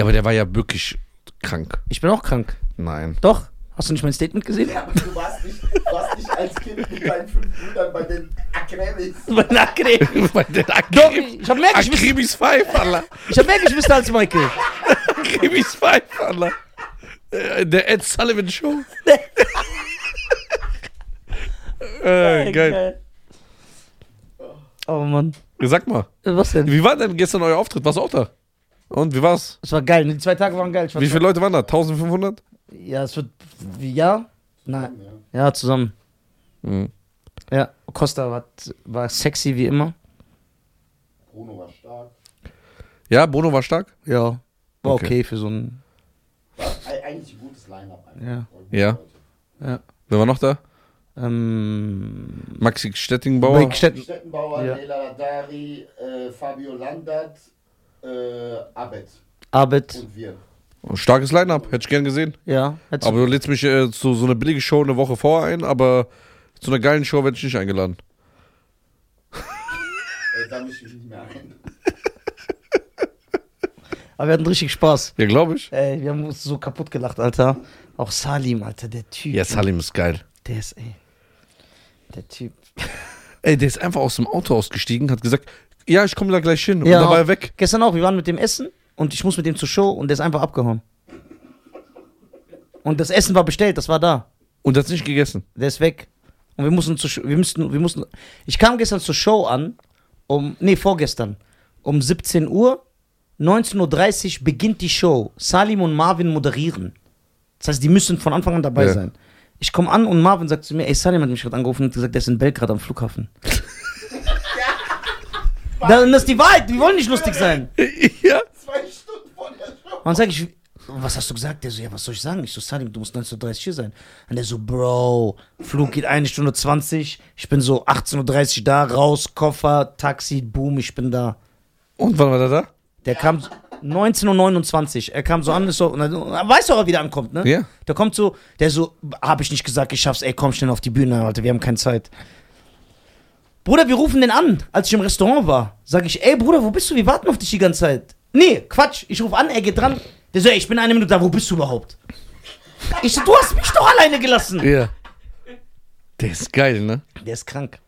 S2: aber der war ja wirklich krank.
S1: Ich bin auch krank.
S2: <laughs> Nein.
S1: Doch. Hast du nicht mein Statement gesehen? <laughs>
S3: Ja, aber du warst nicht, du warst nicht als Kind mit deinen fünf Brüdern bei den Akremis.
S1: Doch,
S2: Bei den Akrib
S1: ich ich habe mehr, Geschwister-
S2: Akribis Five, Alter.
S1: ich hab mehr Geschwister als Michael.
S2: Akribis Five, Alter. Äh, Der Ed Sullivan Show. äh, geil.
S1: Oh Mann.
S2: Sag mal,
S1: Was denn?
S2: wie war denn gestern euer Auftritt? Warst du auch da? Und wie war's?
S1: Es war geil. Die zwei Tage waren geil. Ich war
S2: Wie viele Leute waren da? 1500?
S1: Ja, es wird. Wie, ja? Nein.
S3: Ja.
S1: Ja, zusammen.
S2: Mhm.
S1: Ja, Costa war, war sexy wie immer.
S3: Bruno war stark.
S2: Ja, Bono war stark?
S1: Ja. War okay,
S2: Okay.
S1: für so ein.
S3: War ei- eigentlich ein gutes Line-Up. einfach.
S1: Ja.
S3: Voll gute
S2: Ja.
S3: Leute.
S2: Wer war noch da?
S1: Ähm.
S2: Maxi Stettingbauer.
S1: Beckstedt-
S3: Stettenbauer,
S1: Ja.
S3: Nela Ladari, äh, Fabio Landert, äh, Abed
S1: Arbeit.
S3: und wir.
S2: Oh, Starkes Line-Up, hätte ich gern gesehen.
S1: Ja. Hättest
S2: Aber du lädst mich äh, zu so einer billigen Show eine Woche vorher ein, aber zu einer geilen Show werde ich nicht eingeladen.
S3: Ey, da mische ich mich nicht mehr ein. <laughs>
S1: Aber wir hatten richtig Spaß.
S2: Ja, glaube ich.
S1: Ey, wir haben uns so kaputt gelacht, Alter. Auch Salim, Alter, der Typ.
S2: Ja, Salim ist geil.
S1: Der ist, ey. Der Typ.
S2: Ey, der ist einfach aus dem Auto ausgestiegen, hat gesagt, ja, ich komme da gleich
S1: Ja,
S2: hin. und dann war
S1: auch.
S2: er weg.
S1: Gestern auch, wir waren mit dem Essen und ich muss mit dem zur Show und der ist einfach abgehauen. Und das Essen war bestellt, das war da.
S2: Und hat nicht gegessen.
S1: Der ist weg. Und wir mussten zur Sch- wir mussten, wir mussten. Ich kam gestern zur Show an, um, nee, vorgestern, um 17 Uhr, 19.30 Uhr beginnt die Show. Salim und Marvin moderieren. Das heißt, die müssen von Anfang an dabei
S2: Ja.
S1: sein. Ich komme an und Marvin sagt zu mir, ey, Salim hat mich gerade angerufen und gesagt, der ist in Belgrad am Flughafen. Dann das ist die Wahrheit, wir wollen nicht lustig sein.
S2: <laughs> ja.
S3: Zwei Stunden vor der Show.
S1: Und dann sag ich, was hast du gesagt? Der so, ja, was soll ich sagen? Ich so, Salim, du musst 19.30 Uhr hier sein. Und der so, Bro, Flug geht eine Stunde 20, ich bin so 18.30 Uhr da, raus, Koffer, Taxi, boom, ich bin da.
S2: Und wann war der da?
S1: Der kam so- 19.29 Uhr, er kam so an, ist so, und dann, weißt du, ob er wieder ankommt, ne?
S2: Ja.
S1: Der kommt so, der so, hab ich nicht gesagt, ich schaff's, ey, komm schnell auf die Bühne, Alter, wir haben keine Zeit. Bruder, wir rufen den an. Als ich im Restaurant war, sag ich, ey Bruder, wo bist du? Wir warten auf dich die ganze Zeit. Nee, Quatsch, ich rufe an, er geht dran. Der so, ey, ich bin eine Minute da, wo bist du überhaupt? Ich so, du hast mich doch alleine gelassen.
S2: Ja. Der ist geil, ne?
S1: Der ist krank.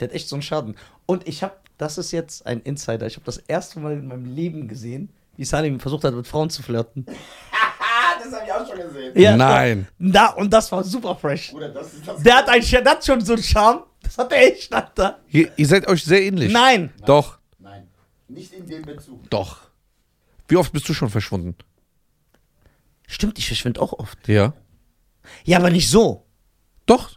S1: Der hat echt so einen Schaden. Und ich habe, das ist jetzt ein Insider, ich habe das erste Mal in meinem Leben gesehen, wie Salim versucht hat, mit Frauen zu flirten.
S3: Ah, das habe ich auch schon gesehen.
S1: Ja,
S2: Nein.
S1: Da, und das war super fresh.
S3: Bruder, das ist das.
S1: Der hat, ein, der hat schon so einen Charme. Das hat er echt, Alter.
S2: Ihr, ihr seid euch sehr ähnlich.
S1: Nein.
S2: Doch,
S3: Nein, nicht in dem Bezug.
S2: doch. Wie oft bist du schon verschwunden?
S1: Stimmt, ich verschwinde auch oft.
S2: Ja.
S1: Ja, aber nicht so.
S2: Doch.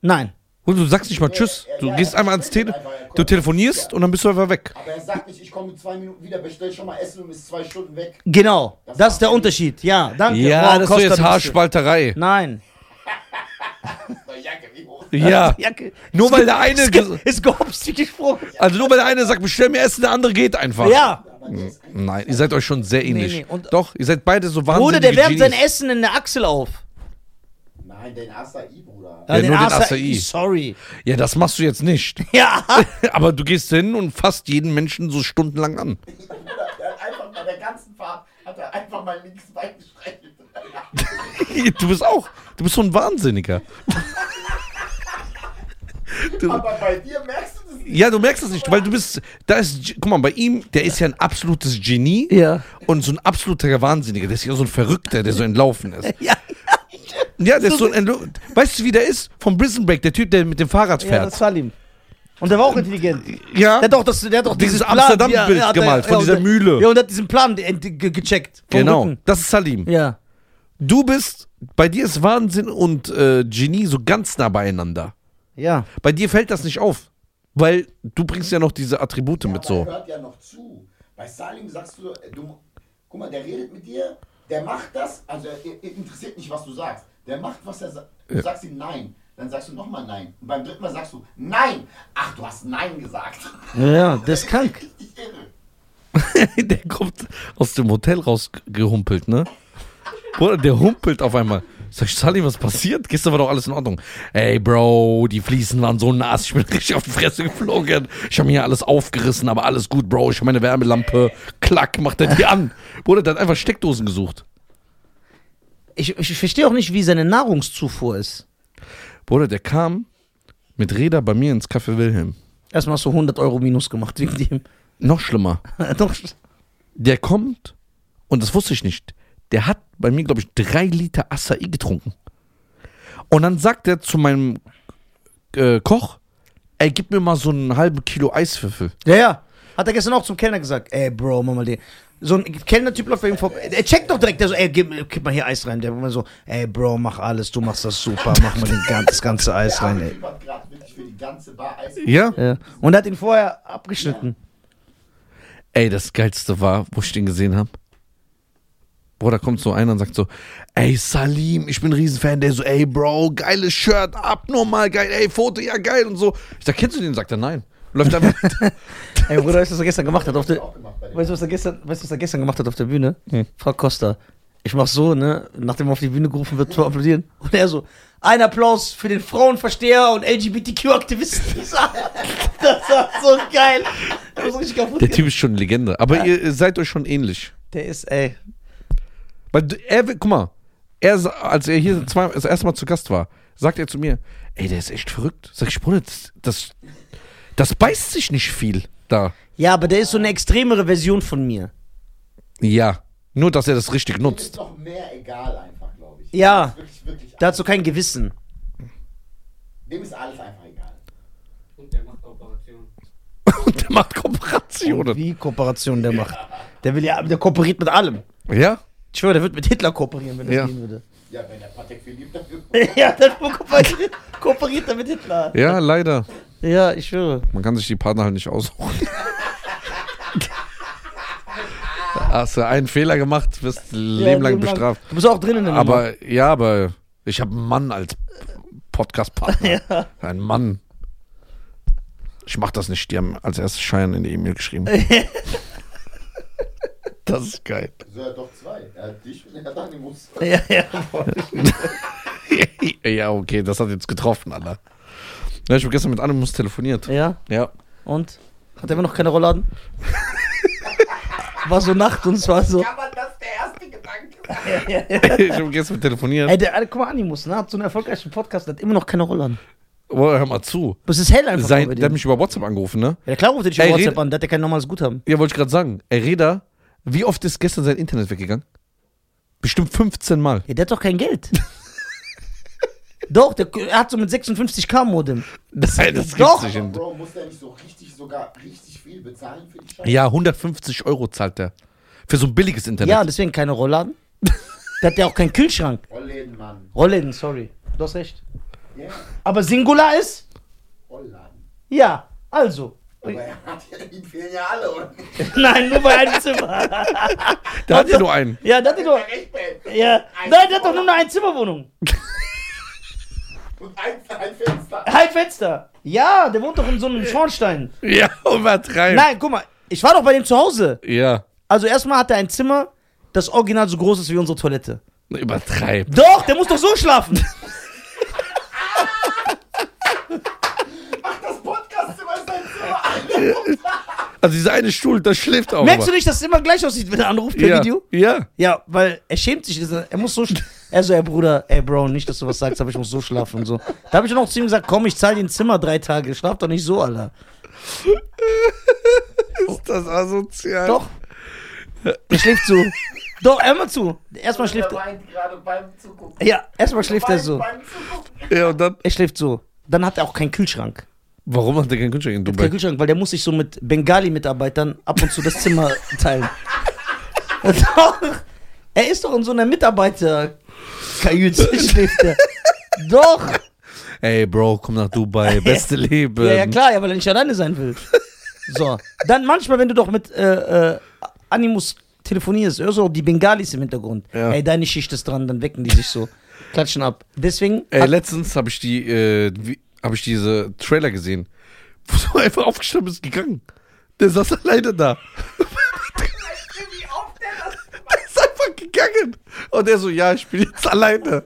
S1: Nein.
S2: Und du sagst nicht mal Tschüss.
S3: ja,
S2: Du
S3: ja,
S2: gehst
S3: ja.
S2: einmal ans Telefon, du telefonierst und dann bist du einfach weg.
S3: Aber er sagt nicht, ich komme in zwei Minuten wieder, bestell schon mal Essen und ist zwei Stunden weg. <laughs>
S1: Genau,
S3: Das
S1: das ist der
S3: macht-
S1: Unterschied. Ja, danke.
S2: Ja,
S1: Wow,
S2: das ist doch
S1: Costa,
S2: jetzt
S1: du bist-
S2: Haarspalterei.
S1: Nein.
S3: Na, Jacke, wie hoch?
S2: Ja.
S1: Jacke.
S2: Nur weil der eine.
S1: Ist,
S2: ges-
S1: ge- ist <laughs> gehopst wie gesprungen.
S2: <laughs> Also nur weil der eine sagt, bestell mir Essen, der andere geht einfach.
S1: Ja.
S3: Aber der ist ein
S2: Nein, ihr seid euch schon sehr ähnlich.
S1: nee, und-
S2: Doch, ihr seid beide so wahnsinnig.
S1: Bruder, der wärmt sein Essen in der Achsel auf.
S3: Nein, den Acai, Bruder.
S2: Ja, nur den
S1: Acai,
S2: Acai.
S1: Sorry.
S2: Ja, das machst du jetzt nicht.
S1: Ja.
S2: Aber du gehst hin und fasst jeden Menschen so stundenlang an.
S3: Bruder, der hat einfach bei der ganzen Fahrt hat er einfach mein linkes Bein gestreichelt.
S2: Du bist auch, du bist so ein Wahnsinniger.
S3: <laughs> Aber bei dir merkst du das nicht.
S2: Ja, du merkst es nicht, weil du bist, da ist, G- guck mal, bei ihm, der ist ja ein absolutes Genie
S1: Ja.
S2: und so ein absoluter Wahnsinniger. Der ist ja so ein Verrückter, der so entlaufen
S1: <laughs>
S2: ist.
S1: Ja.
S2: Ja, der ist so ein, entlo- weißt du, wie der ist? Vom Prison Break, der Typ, der mit dem Fahrrad
S1: Ja, das
S2: fährt.
S1: war ihm. Und der war auch intelligent.
S2: Ja,
S1: Der hat doch, das, der hat doch
S2: Dieses
S1: diesen Plan-
S2: Amsterdam-Bild
S1: hat er-
S2: gemalt, von
S1: und
S2: dieser
S1: der-
S2: Mühle.
S1: Ja, und hat diesen Plan ge- ge gecheckt. vom
S2: genau.
S1: Rücken.
S2: Das ist Salim.
S1: Ja.
S2: Du bist, bei dir ist Wahnsinn und äh, Genie so ganz nah beieinander.
S1: Ja.
S2: Bei dir fällt das nicht auf, weil du bringst ja noch diese Attribute mit
S3: Aber
S2: so.
S3: Er hört ja noch zu. Bei Salim sagst du, äh, du, guck mal, der redet mit dir, der macht das, also er, er interessiert nicht, was du sagst. Der macht, was er sagt. Du sagst ihm nein. Dann sagst du nochmal nein. Und beim dritten Mal sagst du nein. Ach, du hast nein gesagt.
S1: Ja, der ist
S3: <laughs>
S1: krank.
S3: Richtig
S2: <laughs>
S3: irre.
S2: der kommt aus dem Hotel rausgehumpelt, ne? Bruder, der humpelt auf einmal. Sag ich, Salim, was passiert? Gestern war doch alles in Ordnung. Ey, Bro, die Fliesen waren so nass. Ich bin <laughs> richtig auf die Fresse geflogen. Ich habe mir alles aufgerissen, aber alles gut, Bro. Ich habe meine Wärmelampe. Klack, macht er die an. Bruder, der hat einfach Steckdosen gesucht.
S1: Ich, ich verstehe auch nicht, wie seine Nahrungszufuhr ist.
S2: Bruder, der kam mit Räder bei mir ins Café Wilhelm.
S1: Erstmal hast du 100 Euro minus gemacht wegen dem. <laughs>
S2: Noch schlimmer.
S1: Doch.
S2: Der kommt, und das wusste ich nicht, der hat bei mir, glaube ich, drei Liter Acai getrunken. Und dann sagt er zu meinem äh, Koch, ey, gib mir mal so einen halben Kilo Eiswürfel.
S1: Ja, ja. Hat er gestern auch zum Kellner gesagt. Ey, Bro, mach mal den. So ein Kellner-Typ läuft bei ihm vorbei. Er checkt doch direkt. Der so, ey, gib, gib mal hier Eis rein. Der immer so, ey, Bro, mach alles. Du machst das super. Mach mal den ganz, das ganze Eis rein,
S3: Der
S1: ey.
S3: Typ hat gerade wirklich für die ganze Bar Eis.
S2: Ja.
S1: Ja. Äh, Und er hat ihn vorher abgeschnitten.
S2: Ey, das Geilste war, wo ich den gesehen habe. Boah, da kommt so einer und sagt so, ey Salim, ich bin ein Riesenfan, der so, ey Bro, geiles Shirt, abnormal geil, ey Foto, ja geil und so. Ich sag, kennst du den? Sagt er, nein. Läuft einfach.
S1: Ey, Bruder, weißt du, was er gestern gemacht hat? Auf der,
S3: Auch gemacht bei dem.
S1: weißt du, was er gestern, weißt du, was er gestern gemacht hat auf der Bühne? Frau Costa. Ich mach so, ne? Nachdem er auf die Bühne gerufen wird, zu applaudieren. Und er so, ein Applaus für den Frauenversteher und LGBTQ-Aktivisten. <laughs> Das war so geil. Der ist richtig kaputt.
S2: der Typ ist schon eine Legende, aber ihr, ihr seid euch schon ähnlich.
S1: Der ist, äh, ey.
S2: Weil du- er, will- guck mal, er, sa- als er hier zwei, das erste Mal zu Gast war, sagt er zu mir, ey, der ist echt verrückt. Sag ich, Bruder, das, das, das beißt sich nicht viel da.
S1: Ja, aber der ist so eine extremere Version von mir.
S2: Ja, nur dass er das richtig
S3: Dem ist
S2: nutzt. <laughs>
S3: noch mehr egal einfach, glaube ich.
S1: Ja.
S3: Dem ist, wirklich, wirklich,
S1: Der hat so kein Gewissen.
S3: dem ist alles einfach egal.
S4: Und der macht Kooperationen.
S2: Und der macht Kooperationen.
S1: Wie Kooperation der macht. Der will ja, der kooperiert mit allem.
S2: Ja?
S1: Ich schwöre, der wird mit Hitler kooperieren, wenn er
S2: Ja.
S1: gehen würde. <laughs>
S3: Ja, wenn der Patek Philipp dafür.
S1: ja, dann kooperiert, kooperiert er mit Hitler.
S2: Ja, leider.
S1: Ja, ich schwöre.
S2: Man kann sich die Partner halt nicht aussuchen. Hast du einen Fehler gemacht, wirst Leben lang
S5: genau.
S2: bestraft.
S1: Du bist auch drin in der Nummer.
S2: Aber ja, aber ich habe einen Mann als
S1: <laughs>
S2: Podcast-Partner. Ein Mann. Ich mach das nicht. Die haben als erstes Schein in die
S1: <laughs>
S2: E-Mail geschrieben. das ist geil.
S3: So, er hat doch zwei. Er hat dich und er hat Animus.
S1: Ja, ja. voll.
S2: ja, okay, das hat jetzt getroffen, Alter. Ja, ich habe gestern mit Animus telefoniert.
S1: ja,
S2: Ja. <laughs>
S1: und? Hat er immer noch keine Rollladen? <laughs> war so Nacht und es war so.
S3: Kann man das der erste Gedanke sein?
S2: ich habe gestern mit telefoniert.
S1: Ey, der, Alter, guck mal, Animus, ne? Hat so einen erfolgreichen Podcast, hat immer noch keine Rollladen.
S2: Oh, hör mal zu.
S1: Das ist hell einfach.
S2: Sein,
S1: nur bei
S2: der hat
S1: dem.
S2: mich über WhatsApp angerufen, ne?
S1: ja, klar ruft er dich über
S2: Ey,
S1: WhatsApp
S2: red-
S1: an, der hat ja kein normales Guthaben.
S2: Ja, wollte ich gerade sagen. Ey, Reda, wie oft ist gestern sein Internet weggegangen? Bestimmt 15 Mal.
S1: Ja, der hat doch kein Geld. <laughs> doch, der er hat so mit 56k Modem.
S2: Nein, das
S1: Doch.
S2: gibt's nicht.
S3: Bro, muss der nicht so richtig, sogar richtig viel bezahlen für die Scheiße?
S2: Ja, 150 Euro zahlt der. Für so ein billiges Internet.
S1: Ja, deswegen keine Rollladen. der hat ja auch keinen Kühlschrank.
S3: Rollladen, Mann.
S1: Rollläden, sorry. Du hast recht.
S3: Ja,
S1: Aber Singular ist?
S3: Rollladen.
S1: Ja, also. <laughs>
S3: Aber er hat ja, ihm fehlen ja alle, oder nicht?
S1: Nein, nur bei einem Zimmer.
S2: da hat er nur einen.
S1: Ja, das ist doch.
S3: Recht, Ben.
S1: Ja. Nein, das ist doch nur eine Einzimmerwohnung.
S3: Und ein, ein Fenster.
S5: Halt
S1: Halb Fenster. Ja, der wohnt doch in so einem Schornstein.
S2: Ja, übertreiben.
S1: Nein, guck mal, ich war doch bei dem zu Hause.
S2: Ja,
S1: Also erstmal hat er ein Zimmer, das original so groß ist wie unsere Toilette.
S2: übertreiben.
S1: <laughs> Doch, der muss doch so schlafen.
S2: Also dieser eine Stuhl, das schläft
S1: Oh
S2: auch.
S5: Merkst du
S2: immer.
S5: nicht, dass es immer gleich aussieht, wenn er anruft per
S2: ja.
S5: Video?
S2: Ja.
S5: Ja, weil er schämt sich. Er muss so.
S1: <laughs>
S5: sch- Er so, ey Bruder, ey Bro, nicht, dass du was sagst, aber ich muss so schlafen und so. Da habe ich noch zu ihm gesagt, komm, ich zahle dir ein Zimmer drei Tage. Schlaf doch nicht so, Alter.
S2: Ist das asozial?
S5: Doch. Er schläft so. Doch, hör mal zu. Erstmal schläft
S3: Er weint gerade beim Zugucken.
S5: Ja, erstmal schläft er so.
S3: Beim Zugucken.
S2: Ja, und dann.
S5: Er schläft so. Dann hat er auch keinen Kühlschrank.
S2: Warum hat der keinen Kühlschrank in
S5: Kein
S2: Dubai?
S5: Kühlschrank, weil der muss sich so mit Bengali-Mitarbeitern ab und zu das
S2: <laughs>
S5: Zimmer teilen. Doch. Er ist doch in so einer
S2: <laughs>
S5: Mitarbeiterkajüte, schläft er. Doch.
S2: Ey, Bro, komm nach <laughs> Dubai. Beste Leben.
S5: Ja, ja, klar, ja, weil er nicht alleine sein will. So. Dann manchmal, wenn du doch mit äh, äh, Animus telefonierst, hörst du auch die Bengalis im Hintergrund.
S2: Ja.
S5: Ey, deine Schicht ist dran, dann wecken die sich so, klatschen ab. Deswegen.
S2: Ey,
S5: hat-
S2: letztens habe ich die, äh, wie- hab ich diese Trailer gesehen, wo so einfach aufgestanden ist, gegangen. Der saß <laughs> alleine da. der ist einfach gegangen. Und der so, ja, ich bin jetzt alleine.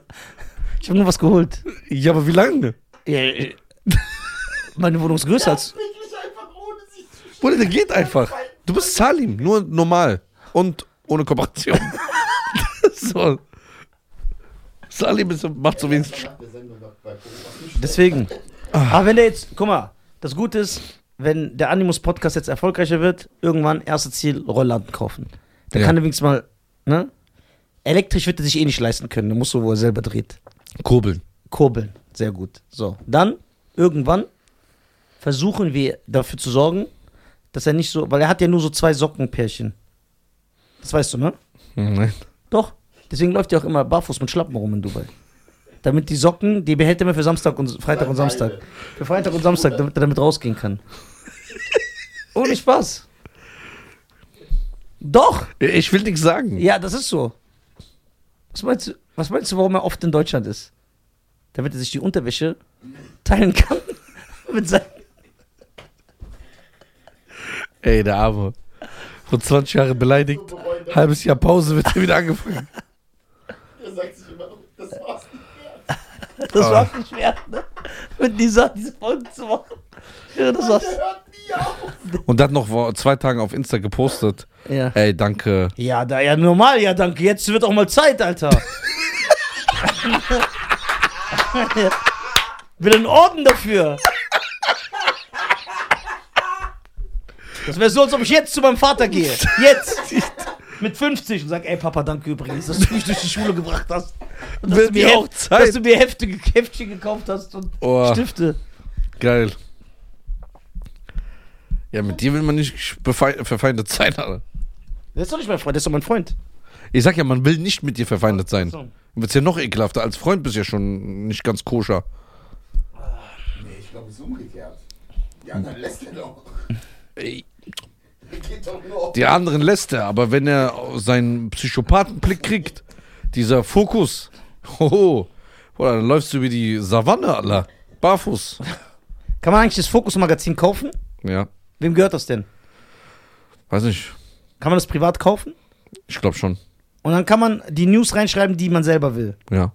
S5: ich habe nur was geholt.
S2: Ja, aber wie lange?
S5: Ja, äh, Meine Wohnung ist größer als.
S3: Wirklich einfach ohne sich zu schütteln.
S2: Bruder, der geht einfach. Du bist Salim, nur normal. Und ohne <laughs> Kooperation. so. Salim ist, macht so wenigstens
S3: Nach der Sendung bei Beobachtung.
S5: Deswegen. Aber wenn der jetzt, guck mal, das Gute ist, wenn der Animus Podcast jetzt erfolgreicher wird, irgendwann erste Ziel Rollladen kaufen. Da
S2: Ja.
S5: kann er wenigstens mal, ne? Elektrisch wird er sich eh nicht leisten können. Der muss so, wo er selber dreht.
S2: kurbeln.
S5: Kurbeln. Sehr gut. So. Dann, irgendwann, versuchen wir dafür zu sorgen, dass er nicht so, weil er hat ja nur so zwei Sockenpärchen. Das weißt du, ne?
S2: Nein.
S5: Doch. Deswegen läuft er auch immer barfuß mit Schlappen rum in Dubai. Damit die Socken, die behält er immer für Samstag und Freitag und Samstag. Für Freitag und Samstag, damit er damit rausgehen kann. Ohne Spaß. Doch.
S2: Ich will nichts sagen.
S5: Ja, das ist so. Was meinst du, was meinst du warum er oft in Deutschland ist? Damit er sich die Unterwäsche teilen kann. <laughs> mit seinen
S2: Ey, der Arme. Vor 20 Jahren beleidigt, halbes Jahr Pause wird er wieder angefangen.
S3: Der sagt sich immer noch, das war's nicht mehr.
S5: das war nicht schwer, ne? Mit dieser, diese Folgen zu machen. Ja, das war's.
S3: Der hört nie auf.
S2: Und dann noch vor zwei Tagen auf Insta gepostet.
S5: Ja.
S2: Ey, danke.
S5: Ja, da ja normal, ja danke. Jetzt wird auch mal Zeit, Alter. <laughs> Will einen Orden dafür. Das wäre so, als ob ich jetzt zu meinem Vater gehe. Jetzt. Mit 50 und sag, ey Papa, danke übrigens, dass du mich durch die Schule gebracht hast. Und dass,
S2: Wird
S5: du mir,
S2: mir
S5: Hef-
S2: auch Zeit.
S5: dass du mir Hefte, ge- Heftchen gekauft hast und
S2: Oh.
S5: Stifte.
S2: Geil. Ja, mit dir will man nicht befei- verfeindet sein, Alter.
S5: Das ist doch nicht mein Freund, das ist doch mein Freund.
S2: Ich sag ja, man will nicht mit dir verfeindet sein.
S5: So.
S2: Du wirst ja noch ekelhafter. Als Freund bist du ja schon nicht ganz koscher.
S3: Nee, ich glaube, es ist umgekehrt. Die anderen lässt er doch.
S2: Ey,
S3: Der geht doch nur auf.
S2: Die anderen lässt er, aber wenn er seinen Psychopathenblick kriegt, dieser Fokus, <laughs> hoho, Bruder, dann läufst du über die Savanne, Alter. Barfuß.
S5: Kann man eigentlich das Fokus-Magazin kaufen?
S2: Ja,
S5: Wem gehört das denn?
S2: weiß nicht.
S5: Kann man das privat kaufen?
S2: Ich glaube schon.
S5: Und dann kann man die News reinschreiben, die man selber will.
S2: Ja.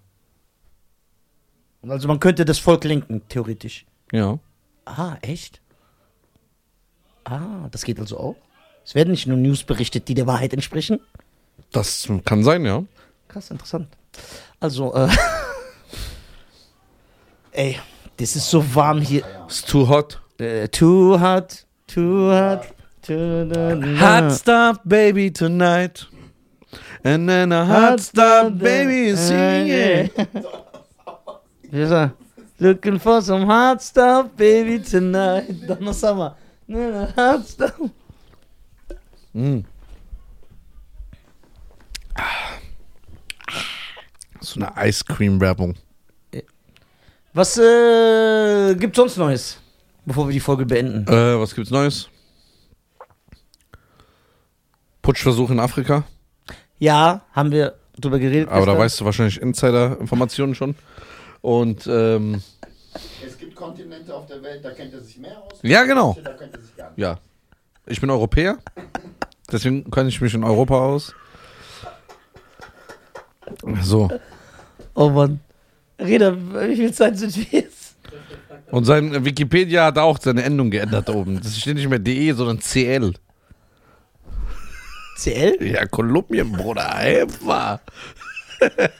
S5: Und Also man könnte das Volk lenken, theoretisch.
S2: Ja.
S5: Ah, echt? Ah, das geht also auch? Es werden nicht nur News berichtet, die der Wahrheit entsprechen?
S2: Das kann sein, ja.
S5: Krass, interessant. Also, äh... <laughs> Ey, das ist so warm hier.
S2: It's too hot.
S5: Äh, too hot, too hot, too
S2: Hot
S5: hot.
S2: stuff, baby, tonight. And then a hot stuff, baby, is singing.
S5: <laughs> Wie ist er? Looking for some hot stuff, baby, tonight. <laughs> Dann noch sag mal. Na, na, Hot stuff.
S2: Mm. So eine Ice Cream Werbung.
S5: Was äh, gibt's sonst Neues, bevor wir die Folge beenden?
S2: Äh, was gibt's Neues? Putschversuch in Afrika.
S5: Ja, haben wir drüber geredet.
S2: Aber da
S5: gestern.
S2: weißt du wahrscheinlich Insider-Informationen schon. Und ähm,
S3: Es gibt Kontinente auf der Welt, da kennt er sich mehr aus.
S2: ja, genau.
S3: Da kennt er sich gar nicht.
S2: Ja. Ich bin Europäer. Deswegen kenne ich mich in Europa aus. So.
S5: Oh Mann. Reda, wie viel Zeit sind wir jetzt?
S2: Und sein Wikipedia hat auch seine Endung geändert oben. Das steht nicht mehr DE, sondern CL.
S1: CL?
S2: Ja, Kolumbien, Bruder, Helfer.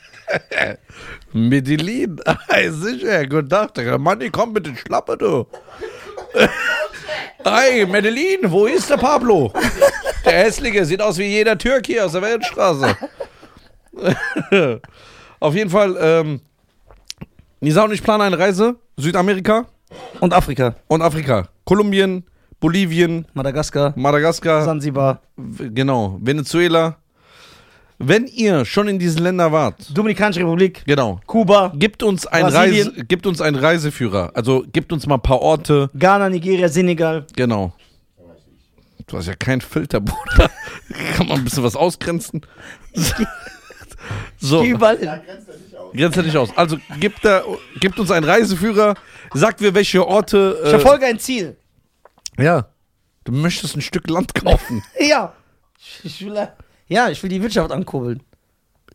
S2: <laughs> Medellin, ey, sicher, guten Tag, Digga. Mann, ich komm mit den Schlappe, du. <laughs> Ey, Medellin, wo ist der Pablo? Der Hässliche sieht aus wie jeder Türk hier aus der Weltstraße. <laughs> Auf jeden Fall, ähm, Nisa und ich planen eine Reise, Südamerika
S1: Und Afrika.
S2: und Afrika. Kolumbien, Bolivien,
S1: Madagaskar,
S2: Madagaskar,
S1: Sansibar,
S2: w- genau, Venezuela. Wenn ihr schon in diesen Ländern wart,
S1: Dominikanische Republik,
S2: genau,
S1: Kuba,
S2: gibt uns ein
S1: Brasilien.
S2: Reise, gibt uns einen Reiseführer. Also gibt uns mal ein paar Orte,
S1: Ghana, Nigeria, Senegal.
S2: genau. Du hast ja keinen Filter, Bruder. <laughs> Kann man ein bisschen was ausgrenzen. So,
S1: Überall. hin.
S3: Grenzt er nicht aus.
S2: grenzt er nicht aus. Also gibt, da, gibt uns einen Reiseführer, sagt wir, welche Orte. äh,
S1: Ich verfolge ein Ziel.
S2: ja. Du möchtest ein Stück
S1: <laughs>
S2: Land kaufen.
S1: Ja. Ich- Ich will, ja, ich will die Wirtschaft ankurbeln.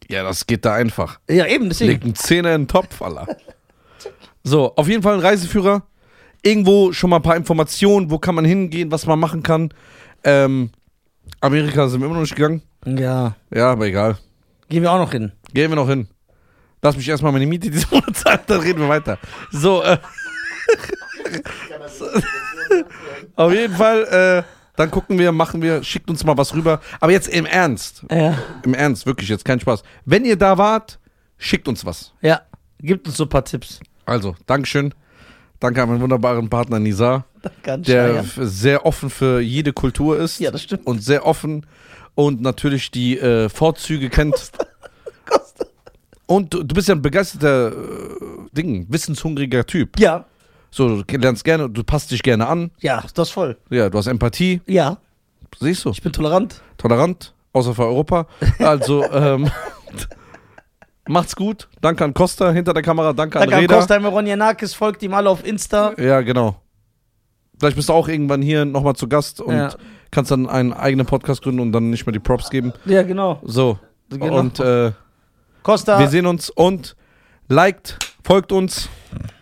S2: ja, das geht da einfach.
S1: Ja, eben,
S2: Legt
S1: deswegen.
S2: einen Zehner in den Topf, Alter. So, auf jeden Fall ein Reiseführer. Irgendwo schon mal ein paar Informationen, wo kann man hingehen, was man machen kann. Ähm, Amerika sind wir immer noch nicht gegangen.
S1: Ja.
S2: Ja, aber egal.
S1: Gehen wir auch noch hin.
S2: Gehen wir noch hin. Lass mich erstmal meine Miete diesen Monat zahlen, dann reden wir weiter. So, äh, <laughs> auf jeden Fall, äh, dann gucken wir, machen wir, schickt uns mal was rüber. Aber jetzt im Ernst,
S1: Ja.
S2: im Ernst, wirklich jetzt kein Spaß. Wenn ihr da wart, schickt uns was.
S1: Ja. Gibt uns so ein paar Tipps.
S2: Also, Dankeschön. Danke an meinen wunderbaren Partner Nizar,
S1: <laughs> Ganz
S2: der f- sehr offen für jede Kultur ist.
S1: Ja, das stimmt.
S2: Und sehr offen und natürlich die äh, Vorzüge kennt. Und du, du bist ja ein begeisterter äh, Ding, wissenshungriger Typ.
S1: Ja.
S2: So, du lernst gerne, du passt dich gerne an.
S1: Ja, das voll.
S2: Ja, du hast Empathie,
S1: Ja.
S2: siehst du.
S1: Ich bin tolerant.
S2: Tolerant, außer für Europa. Also, ähm, <laughs> macht's gut. Danke an Costa hinter der Kamera, danke,
S1: Danke
S2: an
S1: an
S2: Reda.
S1: Costa Meronianakis, folgt ihm alle auf Insta.
S2: Ja, genau. Vielleicht bist du auch irgendwann hier nochmal zu Gast und
S1: Ja.
S2: kannst dann einen eigenen Podcast gründen und dann nicht mehr die Props geben.
S1: Ja, genau.
S2: So.
S1: Genau.
S2: Und äh,
S1: Costa,
S2: wir sehen uns und liked, folgt uns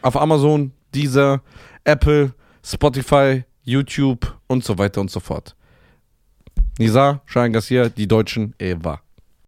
S2: auf Amazon, Deezer, Apple, Spotify, YouTube und so weiter und so fort. Nisa, Schein Garcia, die Deutschen, Eva.